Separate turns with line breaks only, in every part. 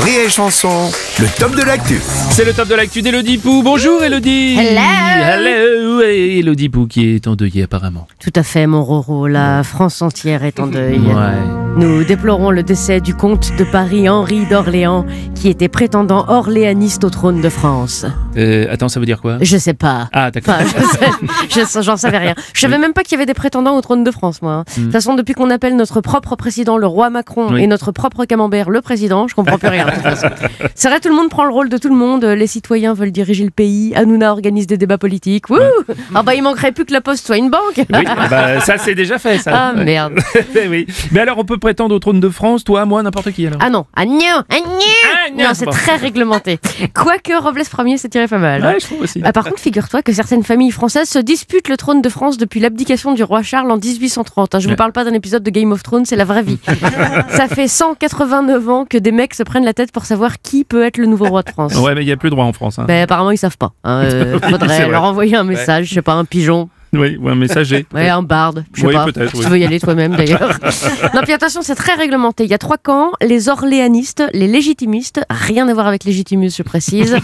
Rire et Chanson, le top de l'actu.
C'est le top de l'actu d'Elodie Pou. Bonjour Elodie Hello
Hello.
Elodie Pou qui est endeuillée apparemment.
Tout à fait, mon Roro, la France entière est en deuil.
Ouais.
Nous déplorons le décès du comte de Paris Henri d'Orléans, qui était prétendant orléaniste au trône de France.
Euh, attends, ça veut dire quoi
Je sais pas.
Ah, d'accord.
Enfin, je sais- je- j'en savais rien. Je savais même pas qu'il y avait des prétendants au trône de France, moi. hein. De toute façon, depuis qu'on appelle notre propre président le roi Macron
Mm. Oui.
et notre propre camembert le président, je comprends plus rien. de toute façon. C'est vrai, tout le monde prend le rôle de tout le monde. Les citoyens veulent diriger le pays. Hanouna organise des débats politiques. Wouh ah bah il manquerait plus que la Poste soit une banque.
Oui, bah, ça c'est déjà fait ça.
Ah merde.
Eh oui. Mais alors on peut prétendre au trône de France, toi, moi, n'importe qui alors.
Ah non, ah non, ah non.
Ah, non,
Non, c'est
bon.
très réglementé. Quoique Robles Ier s'est tiré pas mal.
Ouais, je trouve aussi.
Ah, par contre, figure-toi que certaines familles françaises se disputent le trône de France depuis l'abdication du roi Charles en 1830. hein. Je vous parle pas d'un épisode de Game of Thrones, c'est la vraie vie. Ça fait 189 ans que des mecs se prennent la tête pour savoir qui peut être le nouveau roi de France.
Ouais, mais il n'y a plus droit en France. hein.
Ah. Ben, apparemment, ils savent pas. hein. Euh,
c'est
faudrait
vrai.
leur envoyer un message, je sais pas, un pigeon.
Oui, ou un messager.
Ouais, un barde, je sais
Oui,
pas.
peut-être, oui.
Tu veux y aller toi-même d'ailleurs. non, puis attention, c'est très réglementé. Il y a trois camps les orléanistes, les légitimistes, rien à voir avec légitimus, je précise,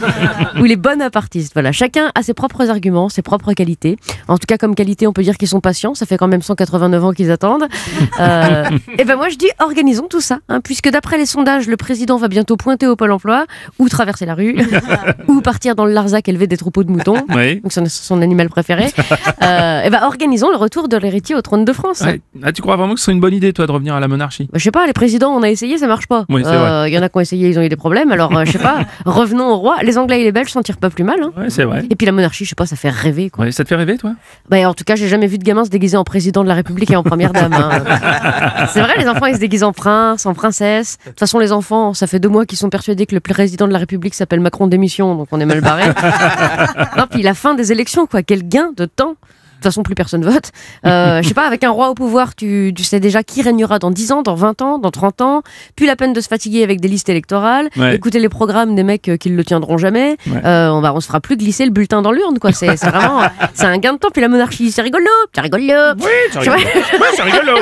ou les bonapartistes. Voilà, chacun a ses propres arguments, ses propres qualités. En tout cas, comme qualité, on peut dire qu'ils sont patients. Ça fait quand même 189 ans qu'ils attendent. Euh, et ben moi, je dis organisons tout ça, hein, puisque d'après les sondages, le président va bientôt pointer au pôle emploi, ou traverser la rue, ou partir dans le Larzac élever des troupeaux de moutons
Oui.
donc son, son animal préféré, euh, et ben organisons le retour de l'héritier au trône de France. Bah,
Ouais. Ah, tu crois vraiment que ce serait une bonne idée, toi, de revenir à la monarchie
Je sais pas, les présidents, on a essayé, ça marche pas.
Oui, c'est
Il y en a qui ont essayé, ils ont eu des problèmes. Alors, euh, je sais pas, revenons au roi. Les Anglais et les Belges s'en tirent pas plus mal. hein.
Ouais, c'est vrai.
Et puis la monarchie, je sais pas, ça fait rêver. Quoi.
Ouais, ça te fait rêver, toi
Bah, en tout cas, j'ai jamais vu de gamin se déguiser en président de la République et en première dame. hein. C'est vrai, les enfants, ils se déguisent en prince, en princesse. De toute façon, les enfants, ça fait deux mois qu'ils sont persuadés que le président de la République s'appelle Macron démission, donc on est mal barré. non, puis la fin des élections, quoi. Quel gain de temps. De toute façon, plus personne vote. Euh, je sais pas, avec un roi au pouvoir, tu, tu sais déjà qui régnera dans 10 ans, dans 20 ans, dans 30 ans. Plus la peine de se fatiguer avec des listes électorales.
Ouais.
Écouter les programmes des mecs euh, qui ne le tiendront jamais.
Ouais.
Euh, on, va, on se fera plus glisser le bulletin dans l'urne, quoi. C'est c'est vraiment c'est un gain de temps. Puis la monarchie, c'est rigolo, c'est rigolo.
Oui, c'est
Tu
rigolo. Ouais, c'est rigolo.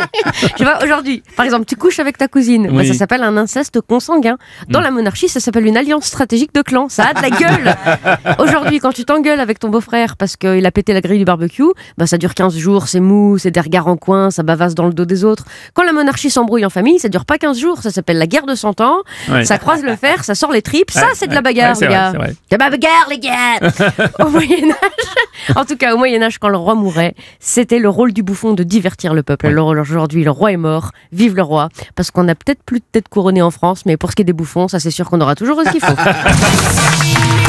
Je vois aujourd'hui, par exemple, tu couches avec ta cousine. Bah,
Oui. Mm.
ça s'appelle un inceste consanguin. Dans la monarchie, ça s'appelle une alliance stratégique de clans. Ça a de la gueule. aujourd'hui, quand tu t'engueules avec ton beau-frère parce qu'il a pété la grille du barbecue, bah, ça dure 15 jours, c'est mou, c'est des regards en coin, ça bavasse dans le dos des autres. Quand la monarchie s'embrouille en famille, ça dure pas 15 jours. Ça s'appelle la guerre de 100 ans.
Ouais.
Ça croise le fer, ça sort les tripes. Ça,
Ouais,
c'est de
ouais.
la bagarre,
Ouais, c'est
les
vrai,
gars.
c'est vrai.
De la bagarre, les gars Au Moyen-Âge En tout cas, au Moyen-Âge, quand le roi mourait, c'était le rôle du bouffon de divertir le peuple. Alors aujourd'hui, le roi est mort, vive le roi, parce qu'on a peut-être plus de têtes couronnées en France, mais pour ce qui est des bouffons, ça c'est sûr qu'on aura toujours ce qu'il faut.